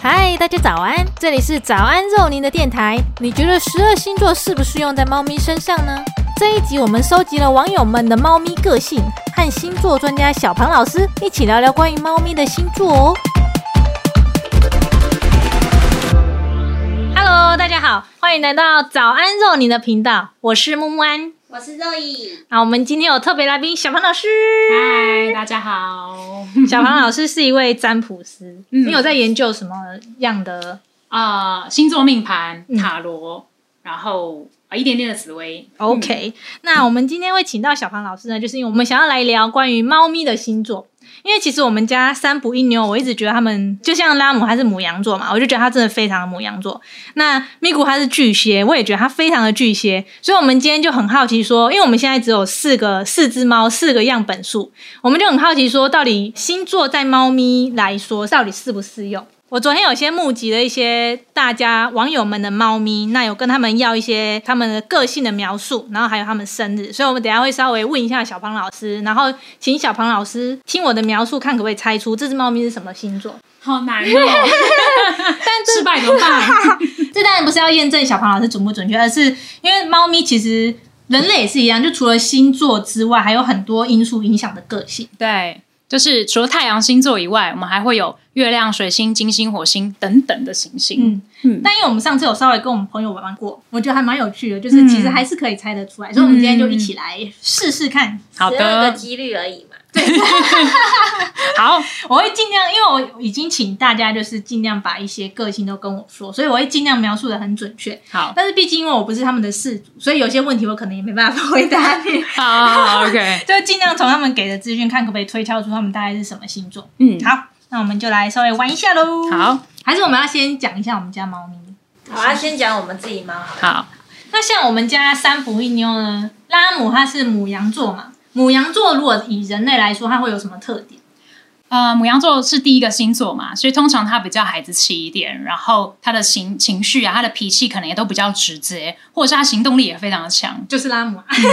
嗨，大家早安，这里是早安肉您的电台。你觉得十二星座适不适用在猫咪身上呢？这一集我们收集了网友们的猫咪个性，和星座专家小庞老师一起聊聊关于猫咪的星座哦。Hello，大家好，欢迎来到早安肉您的频道，我是木木安。我是肉毅。啊，我们今天有特别来宾小庞老师。嗨，大家好。小庞老师是一位占卜师，你有在研究什么样的？啊、星座命盘嗯、塔罗，然后啊一点点的紫薇。 OK，、那我们今天会请到小庞老师呢，就是因为我们想要来聊关于猫咪的星座。因为其实我们家三不一妞，我一直觉得他们就像拉姆，他是母羊座嘛，我就觉得他真的非常的母羊座。那咪咕他是巨蟹，我也觉得他非常的巨蟹。所以我们今天就很好奇说，因为我们现在只有四个四只猫，四个样本数，我们就很好奇说，到底星座在猫咪来说到底适不适用？我昨天有先募集了一些大家网友们的猫咪，那有跟他们要一些他们的个性的描述，然后还有他们生日，所以我们等一下会稍微问一下小庞老师，然后请小庞老师听我的描述，看可不可以猜出这只猫咪是什么星座。好 难哦，但失败怎么办？这当然不是要验证小庞老师准不准确，而是因为猫咪其实人类也是一样，就除了星座之外，还有很多因素影响的个性。对，就是除了太阳星座以外，我们还会有月亮、水星、金星、火星等等的行星。嗯但因为我们上次有稍微跟我们朋友玩过，我觉得还蛮有趣的，嗯就是其实还是可以猜得出来，所以我们今天就一起来试试看。好十二个的，几率而已嘛。好，我会尽量，因为我已经请大家就是尽量把一些个性都跟我说，所以我会尽量描述的很准确。 好，但是毕竟因为我不是他们的事主，所以有些问题我可能也没办法回答你， 好好好，OK，就尽量从他们给的资讯看可不可以推敲出他们大概是什么星座。嗯，好，那我们就来稍微玩一下喽。，好，还是我们要先讲一下我们家猫咪。好啊，先讲我们自己猫好了。好，那像我们家三福一妞呢，拉姆它是母羊座嘛，母羊座如果以人类来说，它会有什么特点？呃，母羊座是第一个星座嘛，所以通常他比较孩子气一点，然后他的情情绪啊，他的脾气可能也都比较直接，或者是他行动力也非常的强。就是拉姆、啊，嗯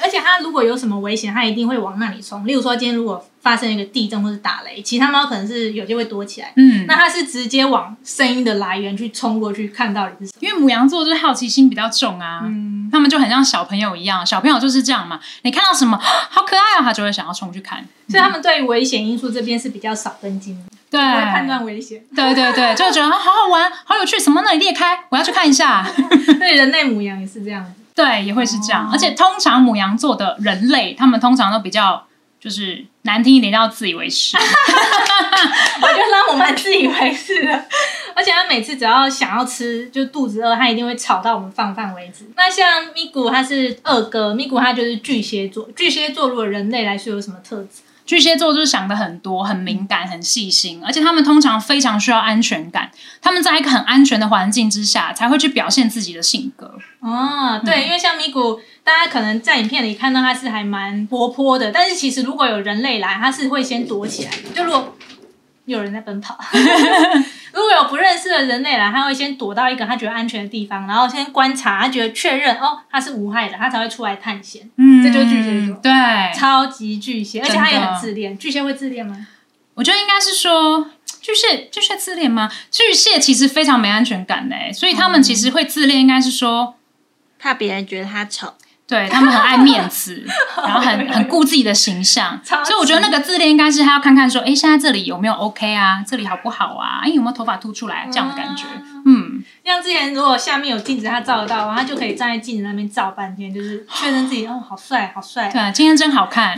而且它如果有什么危险，它一定会往那里冲。例如说，今天如果发生一个地震或者打雷，其他猫可能是有些会躲起来，嗯那，它是直接往声音的来源去冲过去，看到底是什么。因为母羊座就是好奇心比较重啊，嗯，他们就很像小朋友一样，小朋友就是这样嘛，你看到什么 好可爱啊，他就会想要冲去看。嗯所以他们对于危险因素这边是比较少跟进的，对，不会判断危 险。对对对，就觉得啊好好玩，好有趣，什么那里裂开，我要去看一下。 对人类母羊也是这样子。对，也会是这样。哦而且通常母羊座的人类，他们通常都比较就是难听一点，叫自以为是。 我觉得拉姆蛮自以为是的，而且他每次只要想要吃，就肚子饿，他一定会吵到我们放饭为止。那像咪咕，他是二哥，咪咕他就是巨蟹座。巨蟹座如果人类来说有什么特质？巨蟹座就是想的很多，很敏感，很细心，而且他们通常非常需要安全感。他们在一个很安全的环境之下，才会去表现自己的性格。哦，对，因为像咪咕，大家可能在影片里看到他是还蛮活泼的，但是其实如果有人类来，他是会先躲起来的。就如果有人在奔 跑，如果有不认识的人类来，他会先躲到一个他觉得安全的地方，然后先观察，他觉得确认哦他是无害的，他才会出来探险。嗯这就是巨蟹座对，超级巨蟹，而且真的他也很自恋。巨蟹会自恋吗？我觉得应该是说巨蟹，巨蟹自恋吗？巨蟹其实非常没安全感嘞，所以他哦们其实会自恋，应该是说。怕别人觉得他丑，对他们很爱 面子，然后很很顾自己的形象，超级所以我觉得那个自恋应该是他要看看说，哎，现在这里有没有 OK 啊？这里好不好啊？哎，有没有头发凸出来啊？这样的感觉，嗯，像之前如果下面有镜子，他照得到，然后他就可以站在镜子那边照半天，就是确认自 己哦，好帅，好帅。对，啊今天真好看，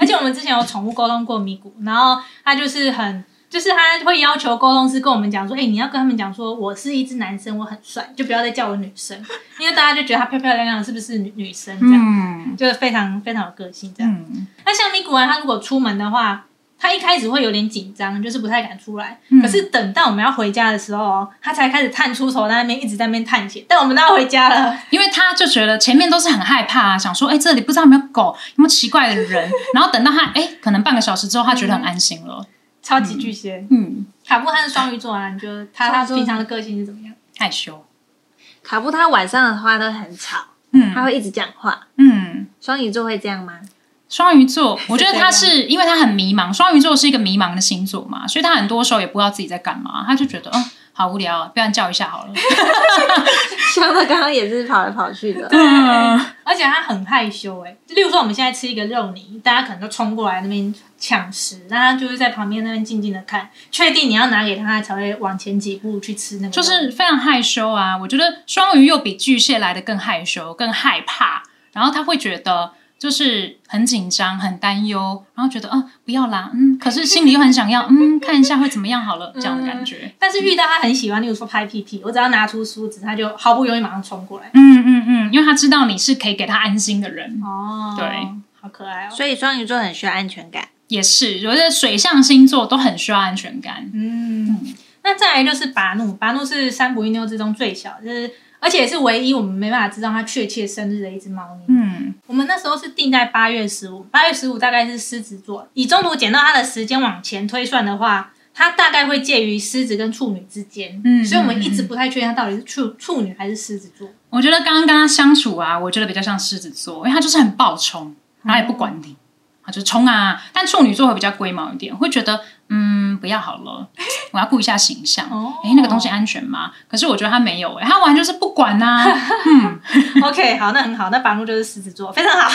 而且我们之前有宠物沟通过咪咕，然后他就是很。就是他会要求沟通师跟我们讲说，哎、你要跟他们讲说，我是一只男生，我很帅，就不要再叫我女生，因为大家就觉得他漂漂亮亮，是不是女女生这样，嗯就是非常非常有个性这样。嗯，那像咪咕啊，他如果出门的话，他一开始会有点紧张，就是不太敢出来。嗯可是等到我们要回家的时候哦，他才开始探出头，在那边一直在那边探险。但我们都要回家了，因为他就觉得前面都是很害怕、啊，想说，哎，这里不知道有没有狗，有没有奇怪的人，然后等到他，哎，可能半个小时之后，他觉得很安心了，超级巨蟹。嗯，卡布他是双鱼座啊，你觉得他他双鱼座平常的个性是怎么样？害羞，卡布他晚上的话都很吵，嗯他会一直讲话。嗯，双鱼座会这样吗？双鱼座，我觉得这他样是因为他很迷茫，双鱼座是一个迷茫的星座嘛，所以他很多时候也不知道自己在干嘛，他就觉得，嗯，好无聊啊，不然叫一下好了。像他刚刚也是跑来跑去 的，嗯而且他很害羞哎、例如说，我们现在吃一个肉泥，大家可能就冲过来那边抢食，那他就会在旁边那边静静的看，确定你要拿给他，他才会往前几步去吃那个肉。就是非常害羞啊。我觉得双鱼又比巨蟹来的更害羞、更害怕，然后他会觉得就是很紧张、很担忧，然后觉得嗯不要啦，嗯，可是心里又很想要，嗯，看一下会怎么样好了，这样的感觉。但是遇到他很喜欢，例如说拍屁屁，我只要拿出梳子，他就毫不犹豫马上冲过来。嗯嗯嗯，因为他知道你是可以给他安心的人，哦，对，好可爱哦。所以双鱼座很需要安全感。也是我觉得水象星座都很需要安全感。嗯，那再来就是拔怒，拔怒是三不一妞之中最小，就是而且也是唯一我们没办法知道它确切生日的一只猫咪。嗯，我们那时候是定在八月十五，八月十五大概是狮子座，以中途减到它的时间往前推算的话，它大概会介于狮子跟处女之间。嗯所以我们一直不太确定它到底是处处女还是狮子座。我觉得刚刚跟他相处啊，我觉得比较像狮子座，因为他就是很暴冲，嗯然后也不管你，他就冲啊。但处女座会比较龟毛一点，会觉得嗯，不要好 了，我要顾一下形象。哦哎、那个东西安全吗？可是我觉得他没有、诶他完全就是不管 呐、嗯， OK，好，那很好，那白鹿就是狮子座，非常好，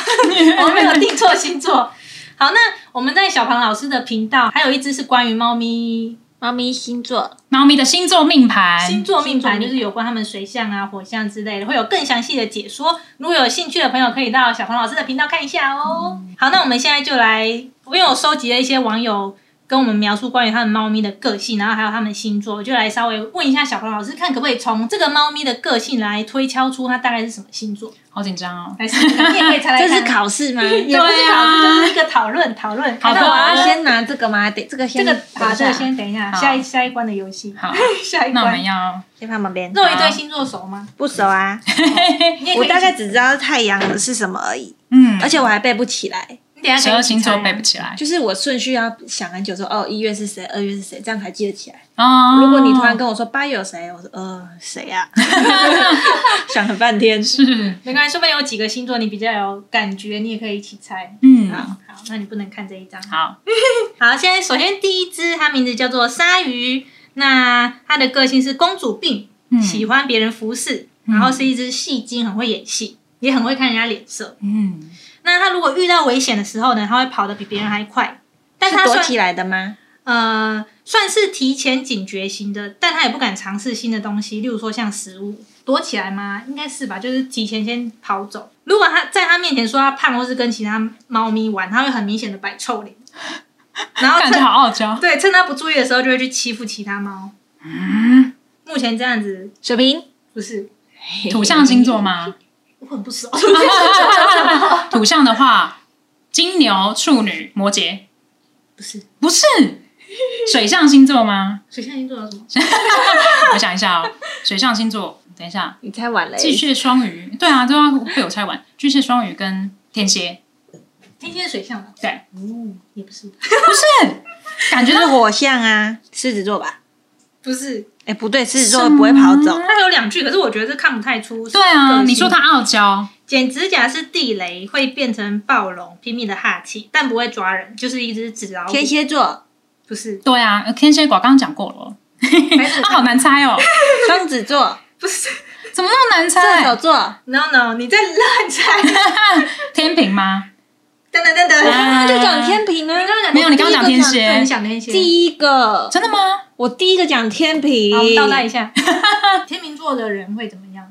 我们没有定错星座。好，那我们在小庞老师的频道还有一只是关于猫咪猫咪星座，猫咪的星座命嗯盘，星座命盘，星座命盘就是有关他们水象啊、火象之类的，会有更详细的解说。如果有兴趣的朋友，可以到小庞老师的频道看一下哦。嗯好，那我们现在就来，因为我收集了一些网友跟我们描述关于他们猫咪的个性，然后还有他们星座，我就来稍微问一下小庞老师，看可不可以从这个猫咪的个性来推敲出它大概是什么星座。好紧张哦。还是你也可以猜猜这看是考试吗？也不是对考啊试，就是一个讨论讨论。好的啊那我那要我要先先拿这个吗？得这个这先个等好，一这下个先等一下，好下一下一关的游戏，好，下一那我们关。要 先放旁边。肉一堆星座熟吗？不熟啊，你也可以我大概只知道太阳是什么而已，嗯，而且我还背不起来。你等一十下可以二一起星座猜啊背不起来就是我顺序要想很久说，哦，一月是谁，二月是谁，这样才记得起来。哦。如果你突然跟我说八月有谁，我说呃谁 呀、想了半天。是没关系，说不定有几个星座你比较有感觉，你也可以一起猜。嗯好，好，那你不能看这一张。好，好，现在首先第一只，它名字叫做鲨鱼，那它的个性是公主病，嗯喜欢别人服侍，然后是一只戏精，很会演戏，也很会看人家脸色。嗯，那他如果遇到危险的时候呢，他会跑得比别人还快，但是他躲算起来的吗？呃算是提前警觉型的，但他也不敢尝试新的东西，例如说像食物，躲起来吗？应该是吧，就是提前先跑走。如果他在他面前说他胖，或是跟其他猫咪玩，他会很明显的摆臭 脸，然后感觉趁好傲娇。对趁他不注意的时候就会去欺负其他猫。嗯目前这样子水瓶，不是，土象星座吗？我很不熟。 土象的话，金牛、处女、摩羯，不是不是水象星座吗？ 水象星座有什么？我想一下哦，水象星座，等一下，你猜晚了、欸巨蟹、双鱼，对啊，都要被我猜完。巨蟹、双鱼跟天蝎，天蝎是水象吧？对，哦，也不是，感觉是到火象啊，狮子座吧？不是。哎、不对，狮子座什么不会跑走。它有两句，可是我觉得这看不太出。对啊，你说他傲娇，剪指甲是地雷，会变成暴龙，拼命的哈气，但不会抓人，就是一只纸老虎。天蝎座、不是，对啊，呃天蝎我刚刚讲过了，还是啊，好难猜哦，双子座、不是怎么那么难射猜手？座， ？No No，你在乱猜。天平吗？等等等等，那哎就讲天平啊。啊没有，你刚刚讲天对，蝎你，想那些。第一个，真的吗？我第一个讲天好，我们平，倒带一 下。天秤座的人会怎么样？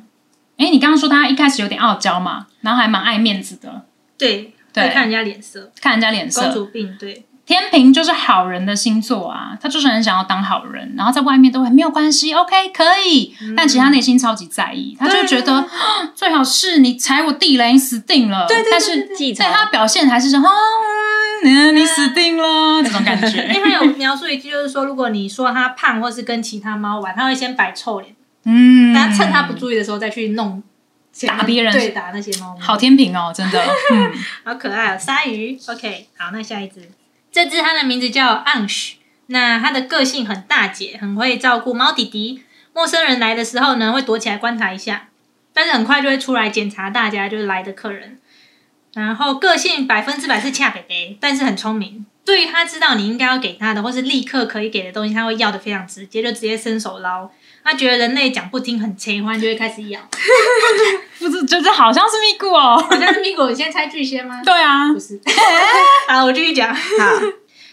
哎，你刚刚说他一开始有点傲娇嘛，然后还蛮爱面子的，对，对啊会看人家脸色，看人家脸色公。主病。对，天平就是好人的星座啊，他就是很想要当好人，然后在外面都很没有关系，OK 可以，但其实他内心超级在意，他就觉得、啊最好是你踩我地雷，你死定了。对对对但对是对记仇对他表现还是说啊，嗯你死定了这种感 因为觉。他有描述一句，就是说，如果你说他胖，或是跟其他猫玩，他会先摆臭脸，嗯，但趁他不注意的时候再去弄打别人对，打那些猫咪。好天平哦，真的，嗯，好可爱哦，鲨鱼。OK，好，那下一只，这只它的名字叫 Ansh，那它的个性很大姐，很会照顾猫弟弟。陌生人来的时候呢，会躲起来观察一下，但是很快就会出来检查大家就是来的客人。然后个性百分之百是恰北北，但是很聪明。对于他知道你应该要给他的，或是立刻可以给的东西，他会要的非常直接，就直接伸手捞。他觉得人类讲不听很切欢，就会开始咬。不是，就是好像是咪咕 哦。好像是米果，你现在猜巨蟹 吗？对啊，不是。好，我继续讲。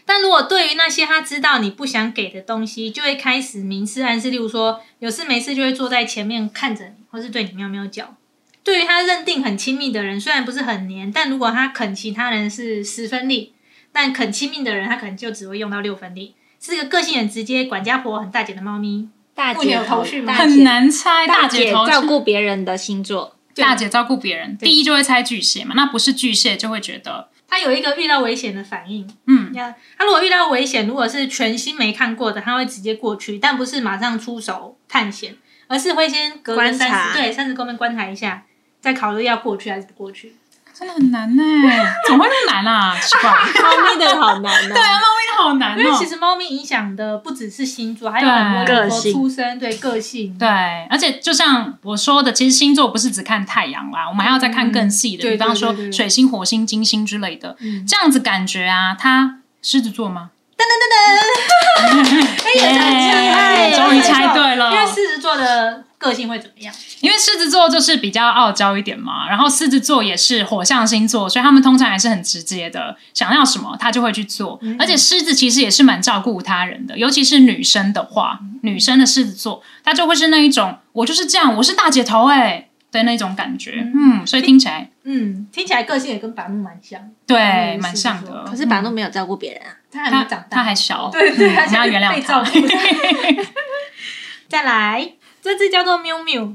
但如果对于那些他知道你不想给的东西，就会开始明示暗示，例如说有事没事就会坐在前面看着你，或是对你喵喵叫。对于他认定很亲密的人，虽然不是很黏，但如果他啃其他人是十分力，但啃亲密的人他可能就只会用到六分力，是个个性很直接、管家婆、很大姐的猫咪。大不姐留头绪大吗啊很姐难猜。大姐姐头照顾别人的星座， 大姐照顾别人，对第一就会猜巨蟹嘛，那不是巨蟹就会觉得，他有一个遇到危险的反应，嗯，呀，他如果遇到危险，如果是全新没看过的，他会直接过去，但不是马上出手探险，而是会先隔观察30对三十公分观察一下，再考虑要过去还是不过去。真的很 难呢、怎么会那么难啊？奇怪，真猫咪的好难哦。对啊，的好难因为哦其。实猫咪影响的不只是星座，还有很对多个说性出生对个性。对，而且就像我说的，其实星座不是只看太阳啦，我们还要再看更嗯细的，对比方说对对对对水星、火星、金星之类的。嗯这样子感觉啊，他狮子座吗？ 噔噔噔噔，哎哎终于猜对了，因为狮子座的个性会怎么样？因为狮子座就是比较傲娇一点嘛，然后狮子座也是火象星座，所以他们通常还是很直接的，想要什么他就会去做。嗯而且狮子其实也是蛮照顾他人的，尤其是女生的话，嗯女生的狮子座，她就会是那一种我就是这样，我是大姐头哎、的那种感觉。嗯，所以听起来嗯，听起来个性也跟白木蛮像，对嗯蛮狮子像座的。可可是板怒没有照顾别人啊，他还他没长大，他还嗯小，对对，他我们要原谅被照他。顾。再来，这只叫做喵喵，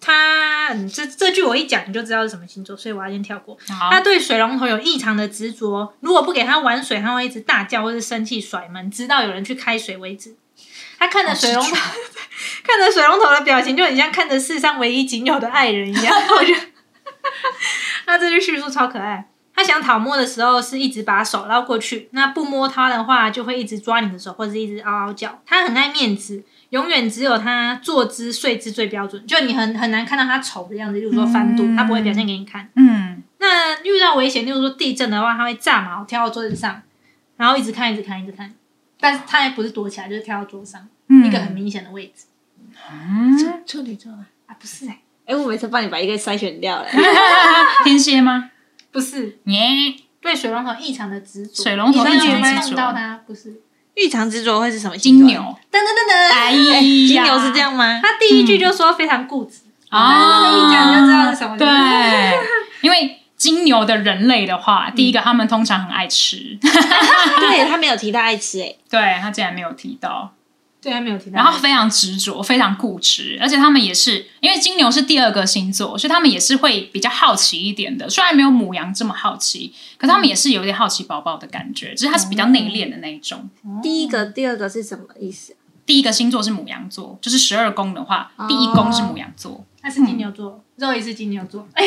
它嗯这这句我一讲你就知道是什么星座，所以我要先跳过。 好它对水龙头有异常的执着，如果不给它玩水，它会一直大叫或是生气甩门，直到有人去开水为止。它看着水龙头， 看着水龙头的表情，就很像看着世上唯一仅有的爱人一 样。我觉得， 它这句叙述超可爱。它想讨摸的时候是一直把手捞过去，那不摸它的话就会一直抓你的手，或者是一直嗷嗷叫。它很爱面子，永远只有它坐姿睡姿最标准，就你很很难看到它丑的样子，例如说翻肚，嗯它不会表现给你看。嗯，那遇到危险，例如说地震的话，它会炸毛跳到桌子上，然后一直看，一直看，一直看。但是它也不是躲起来，就是跳到桌上、嗯一个很明显的位置嗯处女座啊，啊，不是哎、哎，我每次帮你把一个筛选掉了。 天蝎吗？不是耶、对水龙头异常的执着，水龙头你异让常别人执碰着到它，不是。异常执着会是什么星金座？牛。噔噔噔噔，哎呀，金牛是这样吗？他第一句就说非常固执，啊，一讲就知道是什么哦对，因为金牛的人类的话，嗯第一个他们通常很爱吃， 对他没有提到爱吃 哎，对他竟然没有提到，对他没有提到。然后非常执着，非常固执，而且他们也是因为金牛是第二个星座，所以他们也是会比较好奇一点的。虽然没有母羊这么好奇，可他们也是有点好奇宝宝的感嗯觉，只是他是比较内敛的那一种。第一个、第二个是什么意思？第一个星座是母羊座，就是十二宫的话，哦第一宫是母羊 座，他是金牛座，肉也是金牛嗯座，哎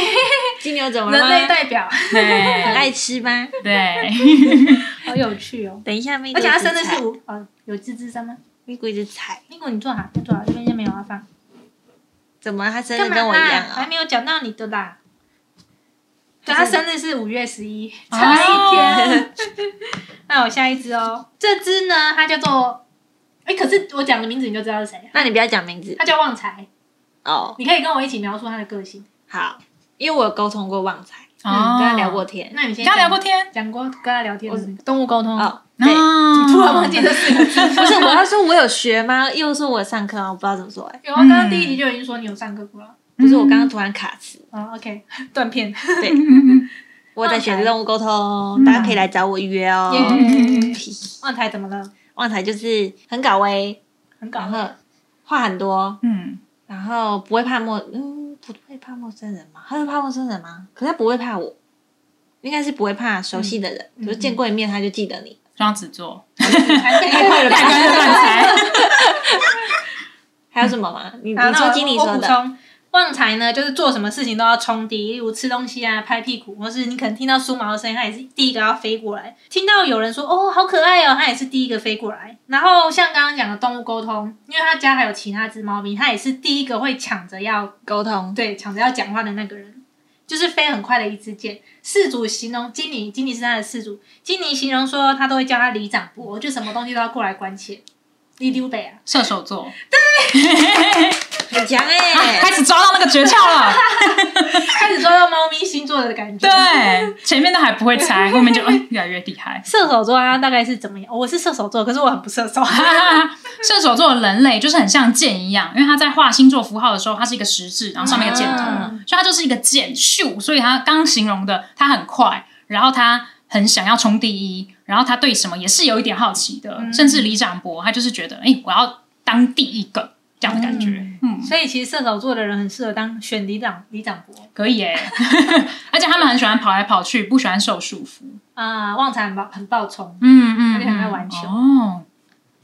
金牛怎么了人吗？类代表，很对爱吃吗？对。 好有趣哦。等一下，咪 咕而且他一直生的踩是五，哦，有芝芝山吗？咪咕一直踩，那个你坐好，你坐好，这边先没有要放。怎么他生干的嘛跟我一样啦？啊还？没有讲到你的啦。对，还他是生日是五月十一，哦差一天。那我下一只哦，这只呢，它叫做，哎，可是我讲的名字你就知道是谁了，那你不要讲名字它叫旺财。哦。你可以跟我一起描述它的个性。好，因为我有沟通过旺财，嗯哦跟他聊过天。那你先跟他聊讲过天，讲过跟他聊天我的动物沟通哦，对，啊，突然忘记这四个字。不是我 要说我有学吗？又说我上课吗？我不知道怎么说哎。有啊，刚刚第一集就已经说你有上课过了。不是我刚刚突然卡词，啊，OK，断片。对，我在学动物嗯沟通，大家可以来找我约哦。耶旺财怎么了？旺财就是很搞威，很搞然后话很多， 嗯，然后不会怕陌，嗯，不会怕陌生人吗？他会怕陌生人吗？可是他不会怕我，应该是不会怕熟悉的嗯人，就是见过一面他就记得你。双子座，太快了吧！乱猜，还有什么吗？你你嗯啊好那我说经理我说补的，充，旺财呢，就是做什么事情都要冲第一，例如吃东西啊、拍屁股，或是你可能听到梳毛的声音，它也是第一个要飞过来；听到有人说“哦，好可爱哦”，它也是第一个飞过来。然后像刚刚讲的动物沟通，因为他家还有其他只猫咪，它也是第一个会抢着要沟通对抢着要讲话的那个人。就是飞很快的一支箭。四组形容金妮，金妮是他的四组，金妮形容说他都会叫他里长伯，就什么东西都要过来关切。你丢北啊！射手座、很强 啊哎、开始抓到那个诀窍了。开始说到猫咪星座的感啊觉。，对，前面都还不会猜，后面就、哎越来越厉害。 射手座啊，大概是怎么样？我是射手座，可是我很不射手。 射手座的人类就是很像箭一样，因为他在画星座符号的时候，它是一个十字，然后上面一个箭头，嗯所以它就是一个箭咻。所以他刚形容的，他很快，然后他很想要冲第一，然后他对什么也是有一点好奇的，嗯甚至李展博他就是觉得，哎、我要当第一个这样的感觉，嗯，所以其实射手座的人很适合当选里长里长伯可以耶、 而且他们很喜欢跑来跑去，不喜欢受束缚，啊，旺财很暴很暴冲。嗯嗯，而且很爱嗯玩球哦，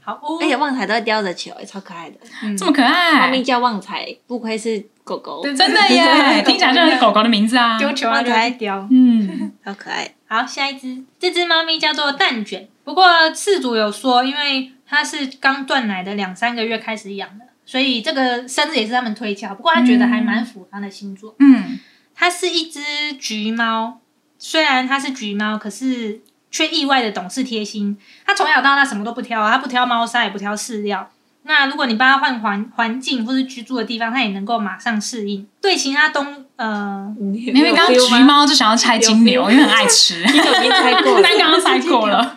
好哦，而且旺财都会叼着球、哎，超可爱的。嗯这么可爱猫，咪叫旺财，不愧是狗狗，真的耶，听起来就是狗狗的名字啊，丢球啊，旺就财来叼。嗯。超可爱。好，下一只，这只猫咪叫做蛋卷。不过饲主有说，因为它是刚断奶的两三个月开始养的，所以这个生日也是他们推敲。不过他觉得还蛮符合他的星座。嗯，它是一只橘猫，虽然它是橘猫，可是却意外的懂事贴心。它从小到大什么都不挑啊，它不挑猫砂，也不挑饲料。那如果你帮它换环环境或是居住的地方，它也能够马上适应。对其他东呃，因因为刚刚橘猫就想要猜金牛，因为很爱吃。 我已经猜过了但刚刚猜过了，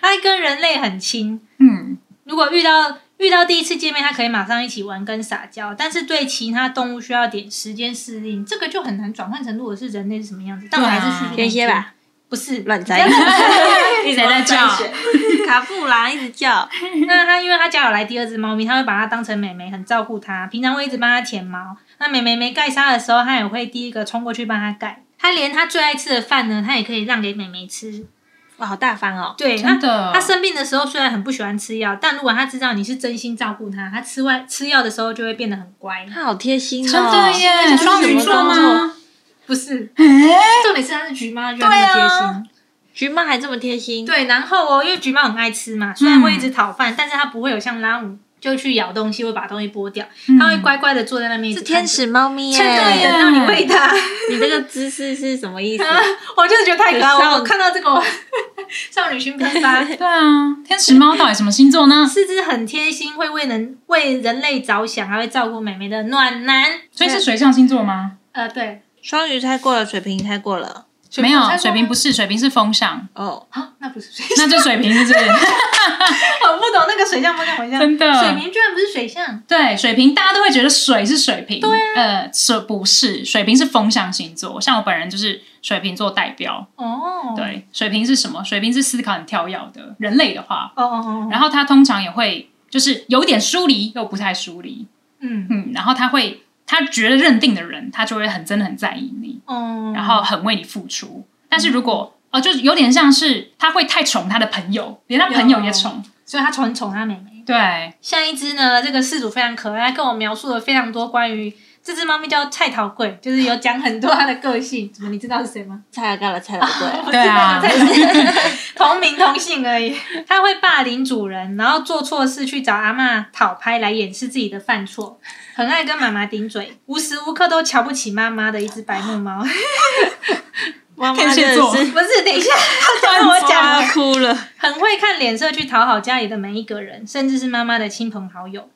它跟人类很亲，嗯，如果遇到遇到第一次见面，它可以马上一起玩跟撒娇，但是对其他动物需要点时间适应，这个就很难转换成如果是人类是什么样子。但我还是去天蝎吧，不是乱猜，谁在叫？卡布兰一直叫， 那他因为他家有来第二只猫咪，他会把它当成妹妹，很照顾它。平常会一直帮它舔毛。那妹妹没盖沙的时候，他也会第一个冲过去帮它盖。他连他最爱吃的饭呢，他也可以让给妹妹吃。哇，好大方哦！对，真那的，他生病的时候虽然很不喜欢吃药，但如果他知道你是真心照顾他，他吃外吃药的时候就会变得很乖。他好贴心哦，真的耶，双鱼座吗？不是，哎，重点是他是橘猫，就那么啊贴心。橘猫还这么贴心，对，然后哦，因为橘猫很爱吃嘛，虽然会一直讨嗯饭，但是它不会有像拉姆就去咬东西，会把东西剥掉，嗯它会乖乖的坐在那边。是天，使猫咪耶，真的等到你喂 它。你这个姿势是什么意思？我就是觉得太可爱，有少我看到这个 我少女心喷发。对啊，天使猫到底什么星座呢？是只很贴心，会为人为人类着想，还会照顾妹妹的暖男。所以是水象星座吗？呃，对，双鱼猜过了，水瓶猜过了，没有猜过，吗水瓶不是，水瓶是风 象，哦，啊，那不是水， 那就水瓶是这 里。我不懂那个水象不跟火象，真的水瓶居然不是水象，对，水瓶大家都会觉得水是水瓶，对啊，呃，水不是，水瓶是风象星座，像我本人就是水瓶座代表，哦，，对，水瓶是什么？水瓶是思考很跳跃的人类的话，哦哦哦哦，然后他通常也会就是有点疏离，又不太疏离，嗯，嗯，然后他会他觉得认定的人，他就会很真的很在意你，哦，然后很为你付出。但是如果哦，就是有点像是他会太宠他的朋友，连他朋友也宠，所以他宠宠他妹妹。对，下一只呢，这个事主非常可爱，跟我描述了非常多关于这只猫咪叫菜桃贵，就是有讲很多它的个性。怎么你知道是谁吗？猜了，干了，猜了，对， 对啊我，知道有菜桃 同名同姓而已。它会霸凌主人，然后做错事去找阿嬷讨拍来掩饰自己的犯错，很爱跟妈妈顶嘴，无时无刻都瞧不起妈妈的一只白目猫。妈妈天真蝎的座是不是，等一下， 让我讲妈妈哭了， 很会看脸色去讨好家里的每一个人，甚至是妈妈的亲朋好友。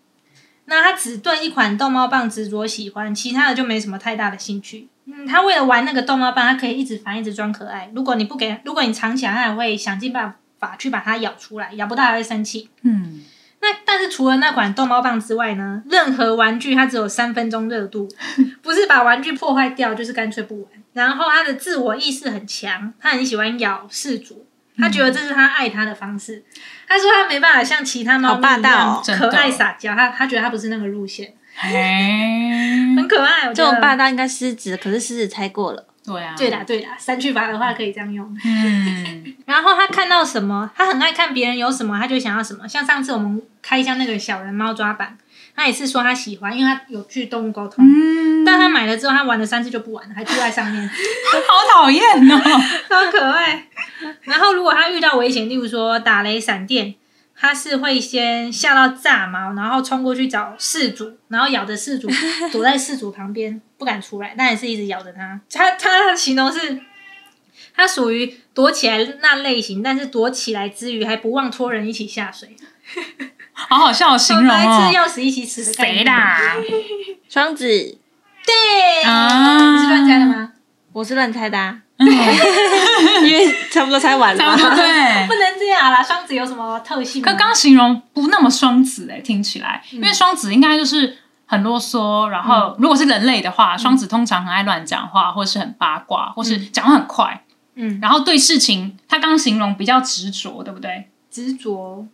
那他只对一款逗猫棒执着喜欢，其他的就没什么太大的兴趣。嗯，他为了玩那个逗猫棒，他可以一直烦，一直装可爱。如果你不给，如果你藏起来，他还会想尽办法去把它咬出来，咬不到还会生气。嗯，那但是除了那款逗猫棒之外呢，任何玩具它只有三分钟热 度，不是把玩具破坏掉，就是干脆不玩。然后它的自我意识很强，它很喜欢咬事主，它觉得这是它爱它的方式。他说他没办法像其他猫咪嗯好霸一样、道哦可爱真的撒娇，他他觉得他不是那个路线，哎，很可爱。我这觉得种霸道应该狮子，可是狮子猜过了，对啊，对啦，对啦，三去法的话可以这样 用。嗯，然后他看到什么，他很爱看别人有什么，他就想要什么。像上次我们开箱那个小人猫抓板，他也是说他喜欢，因为他有去动物沟通。嗯，但他买了之后，他玩了三次就不玩了，还住在上 面，好讨厌 哦，超可爱。然后如果他遇到危险，例如说打雷、闪电，它是会先吓到炸毛，然后冲过去找事主，然后咬着 事主，躲在事主旁边不敢出来，但也是一直咬着它。它它的形容是，它属于躲起来那类型，但是躲起来之余还不忘拖人一起下水，好好笑的形容白哦吃。要死一起死的啊概谁念。啦？双子，对，啊你是乱猜的吗？我是乱猜的、啊， 嗯因为差不多猜完差了不多嘛。对不。能这样啊啦，双子有什么特性吗？可刚形容不那么双子哎、听起来，嗯因为双子应该就是很啰嗦，然后如果是人类的话，嗯双子通常很爱乱讲话，或是很八卦，或是讲话很快，嗯，然后对事情他刚形容比较执着，对不对？执着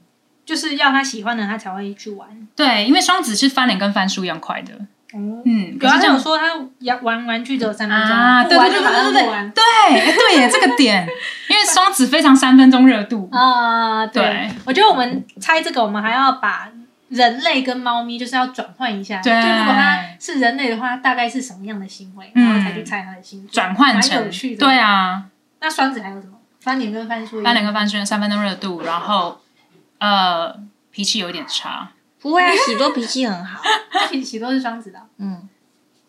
就是要他喜欢的，他才会去玩。对，因为双子是翻脸跟翻书一样快的，哦，嗯，有可是啊，这他样有说他要玩玩具只有三分钟，啊，对不对玩就对对马上对不对玩。对，哎对耶，这个点，因为双子非常三分钟热 度，啊，对对，我觉得我们猜这个，我们还要把人类跟猫咪就是要转换一下，对就如果它是人类的话，它大概是什么样的行为，嗯然后才去猜它的星座，转换蛮成有趣的。对，啊，那双子还有什么？翻脸跟翻书一样，翻脸跟翻书三分钟热度，然后呃脾气有点差。不会啊，喜多脾气很好。 其实都是双子的哦，嗯，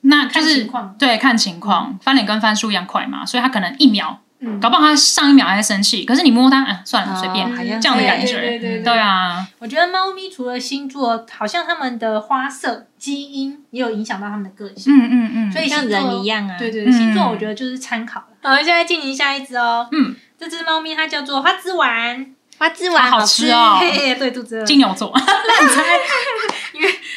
那就看是情况对看情况，翻脸跟翻书一样快嘛，所以他可能一秒，嗯搞不好他上一秒还在生气，可是你摸他，嗯，算了，随便，哦好像这样的是感啊哎对对觉，对对。啊，我觉得猫咪除了星座，好像它们的花色、基因也有影响到它们的个性，嗯嗯嗯，所以像星座人一样啊对对嗯对，星座我觉得就是参考了。好，现在进行下一只哦。嗯，这只猫咪它叫做花枝丸，花枝好丸好吃吃 哦，嘿嘿，对，肚子饿。金牛座，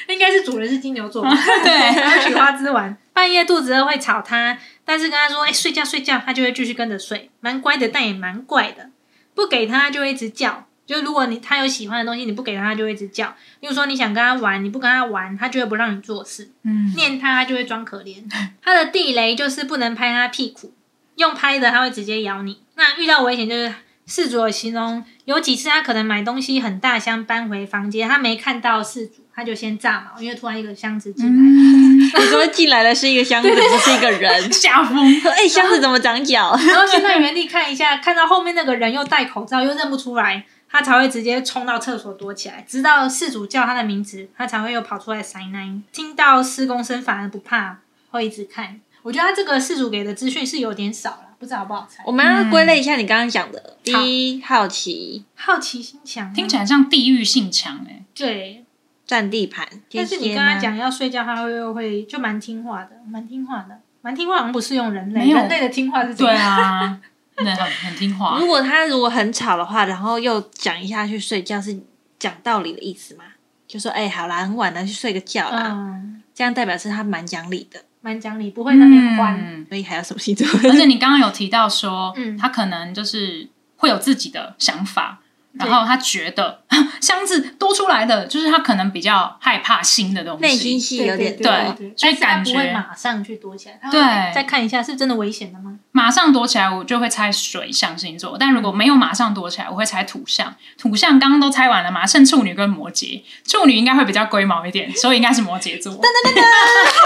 应该是主人是金牛座 吧，对，它取花枝丸。半夜肚子饿会吵它，但是跟它说“哎、睡觉睡觉”，它就会继续跟着睡，蛮乖的，但也蛮怪的。不给它它就会一直叫，就如果你它有喜欢的东西，你不给它它就会一直叫。例如说你想跟它玩，你不跟它玩，它就会不让你做事。嗯，念它，它就会装可怜。 它的地雷就是不能拍它屁股，用拍的它会直接咬你。那遇到危险就是事主有形容，有几次它可能买东西很大箱搬回房间，它没看到事主，它就先炸毛，因为突然一个箱子进来，嗯你说进来的是一个箱子，不是一个 人。下风，哎、箱子怎么长脚？ 然后先在原地看一下，看到后面那个人又戴口罩又认不出来，它才会直接冲到厕所躲起来，直到事主叫它的名字，它才会又跑出来塞奶。听到施工声反而不怕，会一直看。我觉得他这个事主给的资讯是有点少了，不知道好不好猜我。们要归类一下你刚刚讲的。第嗯一，好奇，好奇心强吗，听起来像地域性强哎，对。占地盘。但是你天蝎跟他吗，讲要睡觉，他会又会就蛮听话的，蛮听话的，蛮听话。好像不是用人类，没有人类的听话是怎对样？ 啊，那很很听话如，果他如果很吵的话，然后又讲一下去睡觉，是讲道理的意思吗？就说哎、好啦，很晚了，去睡个觉啦。嗯，这样代表是他蛮讲理的。蛮讲理，不会那边欢。嗯所以还有什么星座？而且你刚刚有提到说，嗯他可能就是会有自己的想法，然后他觉得 箱子多出来的，就是他可能比较害怕新的东西，内心戏对有对点对多对对，所以感但觉是他不会马上去躲起来，他会对再看一下是真的危险的吗？马上躲起来，我就会猜水象星座；但如果没有马上躲起来，我会猜土象。土象刚刚都猜完了嘛，剩处女跟摩羯。处女应该会比较龟毛一点，所以应该是摩羯座。噔噔噔噔，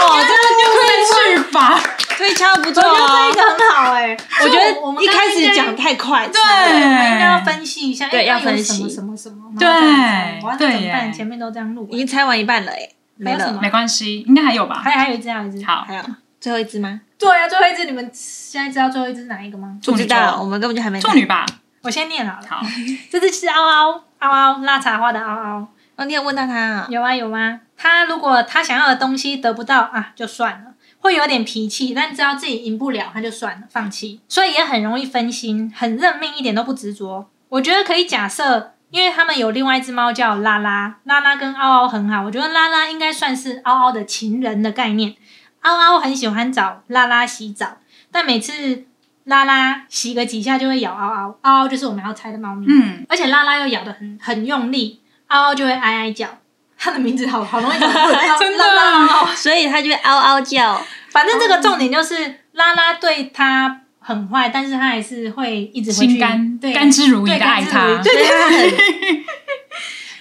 哦，这个就是去吧。推敲不错哦。个很好哎，我我觉觉得得我们一刚刚开始应该讲太快，对，应该要分析一下，对哎要那有分什么析什么什么，对然后再啊我要怎对么耶办？前面都这样录已，经猜完一半了哎，没还有什了么，没关系，应该还有吧。还还有一只，还有一只。好，还有最后一只吗？对啊，最后一只，你们现在知道最后一只是哪一个吗？处不女知道，我座，们根本就还没处女吧。我先念好了。好，这只是凹凹凹凹拉茶花的凹凹，哦，你有问到他啊？有啊有啊。他如果他想要的东西得不到啊，就算了，会有点脾气，但知道自己赢不了，他就算了，放弃。所以也很容易分心，很认命，一点都不执着。我觉得可以假设，因为他们有另外一只猫叫拉拉，拉拉跟凹凹很好，我觉得拉拉应该算是凹凹的情人的概念。凹凹很喜欢找拉拉洗澡，但每次拉拉洗个几下就会咬凹凹，凹凹就是我们要猜的猫咪。 嗯，而且拉拉又咬得很很用力，嗷嗷就会哀哀叫。它的名字好好容易搞 混，哎真拉拉的，啊所以他就会嗷嗷叫，反正这个重点就是拉拉对它很坏，但是它还是会一直回去心甘对甘之如饴的对爱甘之如他饴。所以他很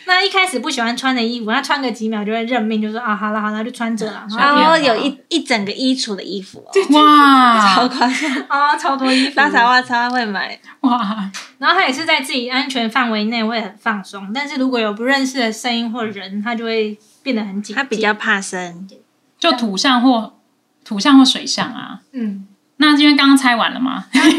那一开始不喜欢穿的衣服，他穿个几秒就会认命，就说啊，好了好了，就穿着了。然啊后然后有一一整个衣橱的衣服哦，好哇夸张。啊，超多衣服。拉萨哇超会买，哇，然后他也是在自己安全范围内会很放松，但是如果有不认识的声音或人，他就会变得很紧。他比较怕生，就土象或土象或水象啊。嗯，那今天刚刚猜完了吗？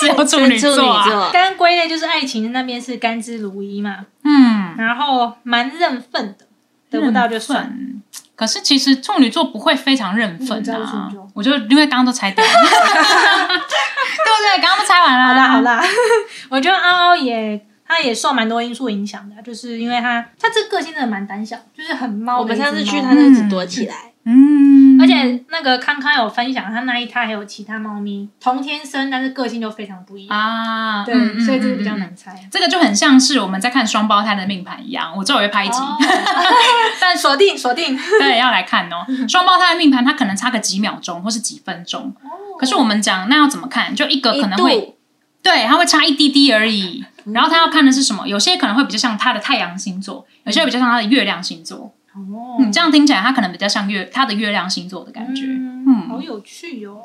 只有处女处女座啊。座，刚刚归类就是爱情那边是甘之如饴嘛，嗯，然后蛮认份的，得不到就算。认份。可是其实处女座不会非常认嗯份知道处啊女座，我就因为刚刚都猜对 了，对不对？刚刚都猜完了，好啦好，啦， 我觉得凹凹也。他也受蛮多因素影响的，啊就是因为他他这个性真的蛮胆小，就是很猫我的们一只猫。上次去他就一直躲起来，嗯，而且那个康康有分享，他那一胎还有其他猫咪同天生，但是个性就非常不一样。啊，对，嗯所以这个比较。嗯嗯嗯难猜。这个就很像是我们在看双胞胎的命盘一样，我之后也会拍一集，哦 但锁定锁定， 对，要来看哦。双胞胎的命盘它可能差个几秒钟或是几分钟，哦可是我们讲那要怎么看？就一个一可能会度对，它会差一滴滴而已。然后他要看的是什么？有些可能会比较像他的太阳星座，有些比较像他的月亮星座。哦嗯，这样听起来他可能比较像月他的月亮星座的感觉。嗯好有趣哟、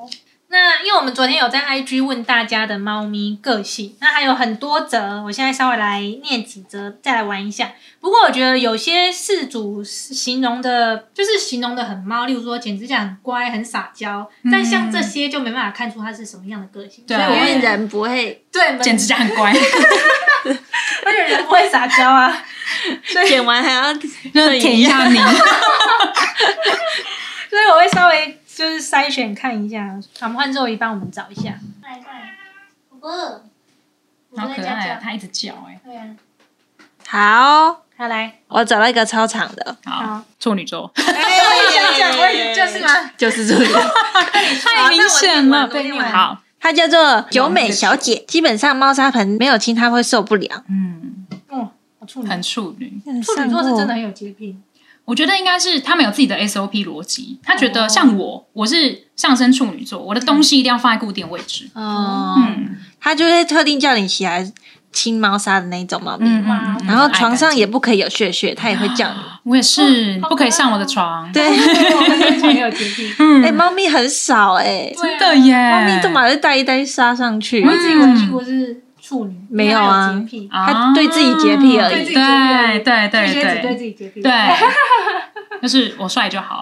那因为我们昨天有在 IG 问大家的猫咪个性，那还有很多则，我现在稍微来念几则，再来玩一下。不过我觉得有些事主形容的，就是形容的很猫，例如说剪指甲很乖、很撒娇，但像这些就没办法看出它是什么样的个性。嗯对所以因我因为会人不会对，剪指甲很乖，而且人不 会撒娇啊。剪完还要就是舔一下你。所以我会稍微就是筛选看一下。好我们换座椅帮我们找一下。快快，我不饿，我 好在可家爱啊，叫。他一直叫哎、对啊，好。他来，我找到一个超长的，好好，处女座我也想讲，我也就是嘛。就是这个，太明显了。对另外 好，它叫做九美小姐。基本上猫砂盆没有清它会受不了。嗯，哦，我处女，很处女。处女座是真的很有洁癖。我觉得应该是他们有自己的 SOP 逻辑，他觉得像我，我是上升处女座，我的东西一定要放在固定位置。哦，嗯它就会特定叫你起来清猫砂的那一种猫咪。嗯嗯哇嗯，嗯然后爱床上干净也不可以有血血，它也会 叫你。我也是，好不可以上我的可爱哦床。对，非常有洁癖。嗯哎，猫咪很少哎，真的耶，猫咪都马上带一带杀上去我。一直以为屁股是处女，没有啊因为她有洁癖，啊它对自己洁癖而对自已。己洁癖而已对对巨蟹只对对对自己洁癖。对， 就是我帅就好。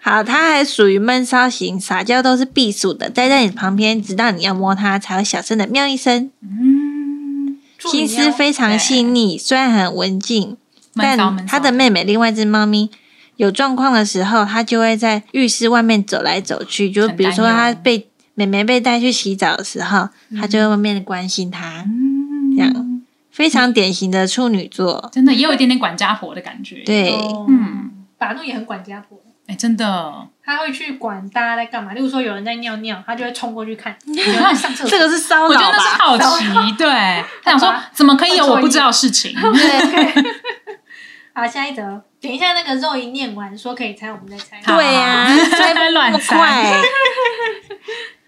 好，它还属于闷骚型，撒娇都是避暑的，待在你旁边，直到你要摸它，才会小声的喵一声。嗯，处女心要思非常细腻，虽然很文静，闷骚闷但骚他的妹妹另外一只猫咪有状况的时候，它就会在浴室外面走来走去，就很比如说担忧它被妹妹被带去洗澡的时候，它就会外面关心它，嗯这样非常典型的处女座。真的也有一点点管家婆的感觉。，对，哦嗯，法怒也很管家婆。哎，真的，他会去管大家在干嘛，例如说有人在尿尿，他就会冲过去 看，有人在上厕所，这个是骚我觉扰得那是吧？好 奇，对，他好想说吧怎么可以有我不知道的事情？好，下一则，等一下啊那个肉一念完说可以猜，我们再猜。好对呀、啊， 在乱那么猜，快，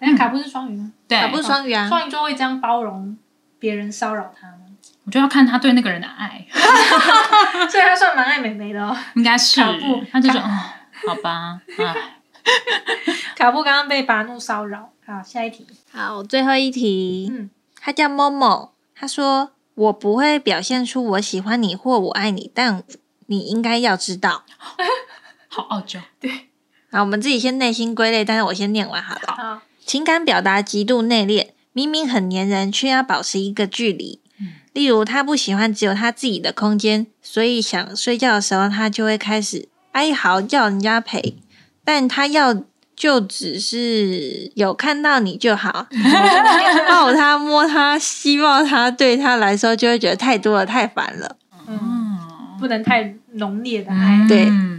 等一下卡布是双鱼吗？对，不是双嗯鱼 啊？双鱼座会这样包容别人骚扰他吗？我就要看他对那个人的爱， 所以他算蛮爱美眉的哦。应该是小布 他就说，哦，好吧，哎，卡布刚刚被巴怒骚扰。好，下一题。好，最后一题，嗯，他叫某某，他说我不会表现出我喜欢你或我爱你，但你应该要知道。好傲娇，好，我们自己先内心归类，但是我先念完好了。好，情感表达极度内敛，明明很粘人，却要保持一个距离。例如，他不喜欢只有他自己的空间，所以想睡觉的时候，他就会开始哀嚎叫人家陪。但他要就只是有看到你就好，抱他、摸他、吸抱他，对他来说就会觉得太多了，太烦了，嗯，嗯，不能太浓烈的爱。对嗯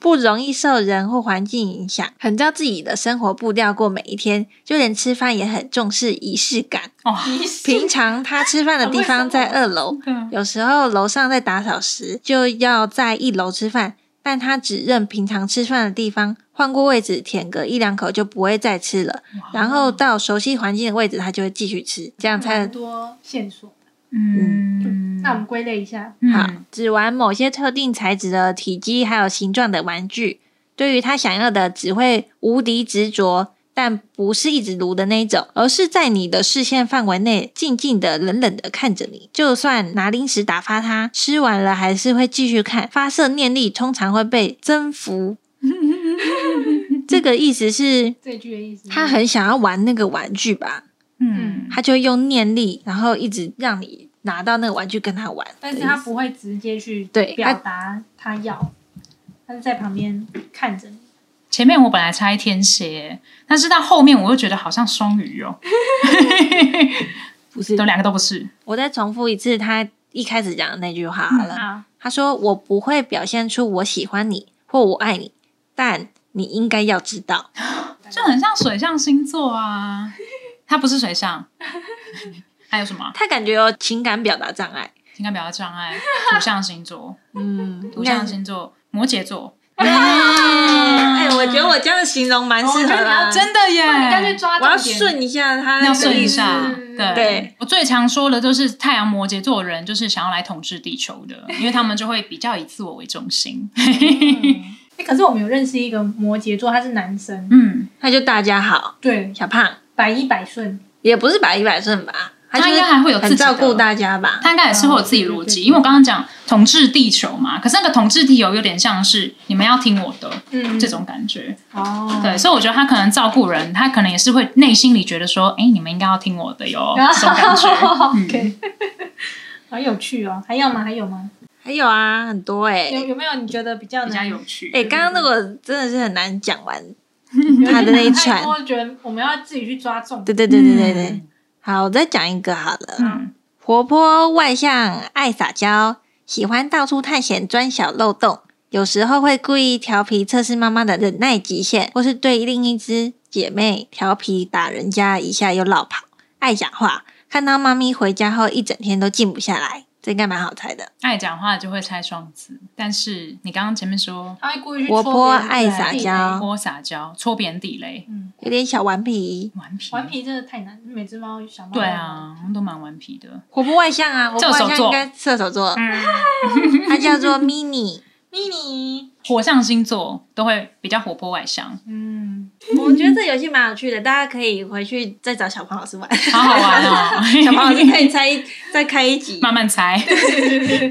不容易受人或环境影响，很照自己的生活步调过每一天，就连吃饭也很重视仪式感。哦，仪式平常他吃饭的地方在二楼，对有时候楼上在打扫时就要在一楼吃饭，但他只认平常吃饭的地方，换过位置舔个一两口就不会再吃了，然后到熟悉环境的位置他就会继续吃，这样蛮才多线索。嗯，那我们归类一下，好嗯，只玩某些特定材质的体积还有形状的玩具，对于他想要的只会无敌执着，但不是一直撸的那一种，而是在你的视线范围内静静的、冷冷的看着你。就算拿零食打发他，吃完了还是会继续看。发射念力通常会被征服。 这个意思是这句的意思。他很想要玩那个玩具吧，嗯，他就用念力，然后一直让你拿到那个玩具跟他玩的意思。但是他不会直接去对表达他要，他是在旁边看着你。前面我本来猜天蝎，但是到后面我又觉得好像双鱼哦，不是都两个都不是，我再重复一次他一开始讲的那句话好嗯了。啊，他说：“我不会表现出我喜欢你 或我爱你，但你应该要知道。 就很像水象星座啊。他不是水象，还有什么啊”他感觉有情感表达障碍。情感表达障碍？土象星座，嗯，土象星座，摩羯座。哎，我觉得我这样形容蛮适合我觉得你要啦。哦真的耶！你干脆抓我要重点，顺一下他要那个顺意一思。下，对对我最常说的就是太阳摩羯座的人就是想要来统治地球的，因为他们就会比较以自我为中心。哎可是我们有认识一个摩羯座，他是男生，嗯，他就大家好，对，小胖百依百顺，也不是百依百顺吧，他就应是该还会有自很己的照顾大家吧。他应该也是会有自己的逻嗯对对辑，对因为我刚刚讲统治地球嘛，可是那个统治地球有点像是你们要听我的嗯这种感觉。哦，对，所以我觉得他可能照顾人，他可能也是会内心里觉得说，哎，你们应该要听我的哟，哦这种 感觉。嗯 OK，好有趣哦。还有吗？还有吗？还有啊，很多哎、有有没有你觉得比较比较难？有趣。哎、刚刚那个真的是很难讲 完他的那一串太。多觉得我们要自己去抓重对点。对对对对对，嗯好，我再讲一个好了。嗯，活泼外向，爱撒娇，喜欢到处探险，钻小漏洞，有时候会故意调皮测试妈妈的忍耐极限，或是对另一只姐妹调皮打人家一下又落跑，爱讲话，看到妈咪回家后一整天都静不下来，这应该蛮好猜的。爱讲话就会猜双子，但是你刚刚前面说他会故意去活戳泼别人爱对撒地雷娇，泼撒娇、戳别人地雷、嗯，有点小顽皮，顽皮，顽，皮真的太难，每只猫小猫对，啊，我们都蛮顽皮的。活泼外向啊，活泼射手外向应座该射手 座，嗯，它叫做 mini。咪咪，火象星座都会比较活泼外向，嗯， 我觉得这游戏蛮有趣的，大家可以回去再找小胖老师玩。好好 玩哦。 小胖老师可以猜一再开一集，慢慢猜，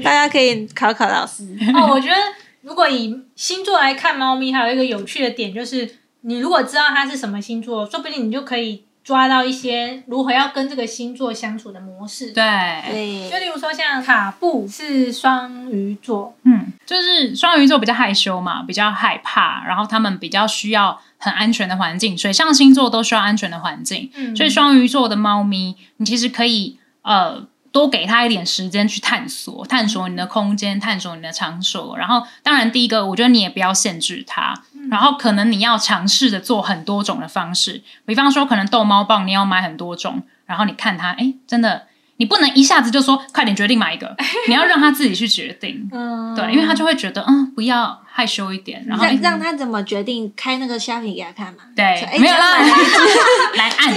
大家可以考考老师。哦，我觉得如果以星座来看猫咪，还有一个有趣的点就是，你如果知道它是什么星座，说不定你就可以抓到一些如何要跟这个星座相处的模式。，对，对就，例如说像卡布是双鱼座，嗯，就是双鱼座比较害羞嘛，比较害怕，然后他们比较需要很安全的环境，水象星座都需要安全的环境，嗯所以双鱼座的猫咪，你其实可以呃多给它一点时间去探索，探索你的空间，探索你的场所。然后，当然第一个，我觉得你也不要限制它，嗯然后可能你要尝试着做很多种的方式，比方说可能逗猫棒，你要买很多种，然后你看它，哎，真的。你不能一下子就说快点决定买一 个，你要让它自己去决定。嗯，对，因为他就会觉得，嗯，不要害羞一点，然后让让他怎么决定开那个虾皮给他看嘛？说对，哎没有啦这样买哪一， 来按，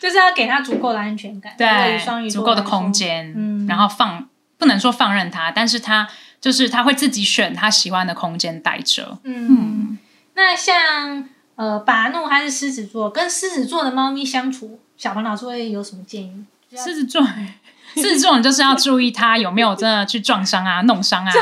就是要给它足够的安全感，对于双鱼对，座足够的来说空，间，嗯然后放，不能说放任他，但是他就是他会自己选他喜欢的空间待着，嗯，那像呃，把怒它是狮子座，跟狮子座的猫咪相处，小黄老师会有什么建议？狮子 座。狮子座你就是要注意他有没有真的去撞伤啊、弄伤啊，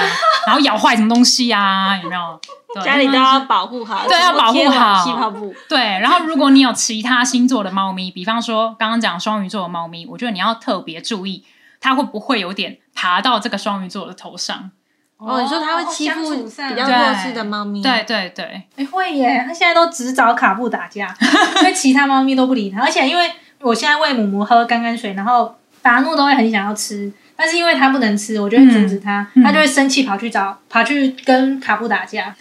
然后咬坏什么东西啊，有没有？对家里都要保护好，对要保护好贴网气泡布。对，然后如果你有其他星座的猫咪，比方说刚刚讲双鱼座的猫咪，我觉得你要特别注意，它会不会有点爬到这个双鱼座的头上？哦，你说他会欺相负处上比较弱势的猫咪？对，对对，哎、会耶，他现在都只找卡布打 架，因为其他猫咪都不理他，而且因为我现在喂母母喝干干水，然后达诺都会很想要吃，但是因为他不能吃，我就会阻止他，嗯嗯他就会生气跑去找跑去跟卡布打架，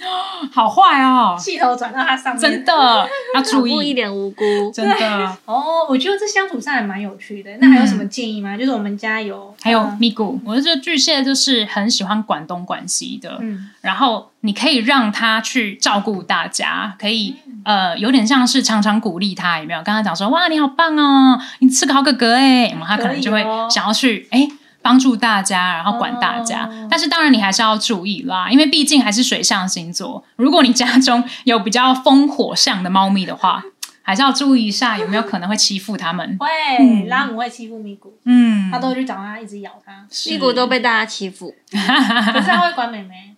好坏哦，气头转到他上面。真的要注不一意，脸无辜，真的。哦，我觉得这相处上也蛮有趣的。那还有什么建议吗？就是我们家有嗯还有嗯咪咕，我觉得巨蟹就是很喜欢管东管西的，嗯然后你可以让他去照顾大家，可以嗯呃，有点像是常常鼓励他，有没有？跟他讲说，哇，你好棒哦，你是个好哥哥哎，然后他可能就会可以哦想要去哎。帮助大家，然后管大家，哦但是当然你还是要注意啦，因为毕竟还是水象星座。如果你家中有比较风火象的猫咪的话，还是要注意一下有没有可能会欺负它们。会、嗯拉姆会欺负咪咕，嗯，他都会去找他，一直咬 他。屁股都被大家欺负，可是他会管妹 妹。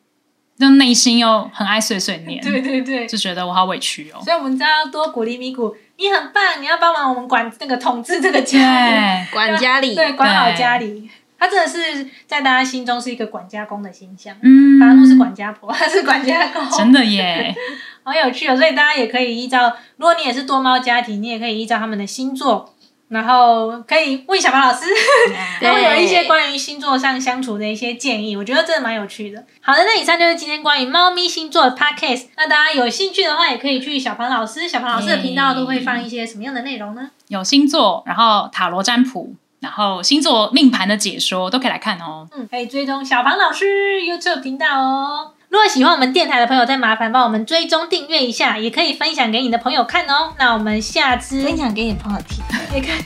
就内心又很爱碎碎念，对对对，就觉得我好委屈 哦。所以我们知道要多鼓励咪咕，你很棒，你要帮忙我们管那个统治这个家，对，管家里 对，管好对家里。他真的是在大家心中是一个管家公的形象。嗯，达诺是管家婆，他是管家公，真的耶， 好有趣哦！所以大家也可以依照，如果你也是多猫家庭，你也可以依照他们的星座，然后可以问小马老师， 对他会有一些关于星座上相处的一些建议，我觉得真的蛮有趣的。好的，那以上就是今天关于猫咪星座的 podcast。那大家有兴趣的话，也可以去小庞老师、小庞老师的频道都会放一些什么样的内容呢？有星座，然后塔罗占卜，然后星座命盘的解说都可以来看哦。嗯，可以追踪小庞老师 YouTube 频道哦。如果喜欢我们电台的朋友，再麻烦帮我们追踪订阅一下，也可以分享给你的朋友看哦。那我们下支分享给你朋友听，也可以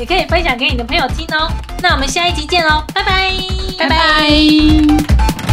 也可以哦分享给你的朋友听哦。那我们下一集见喽，拜拜，拜拜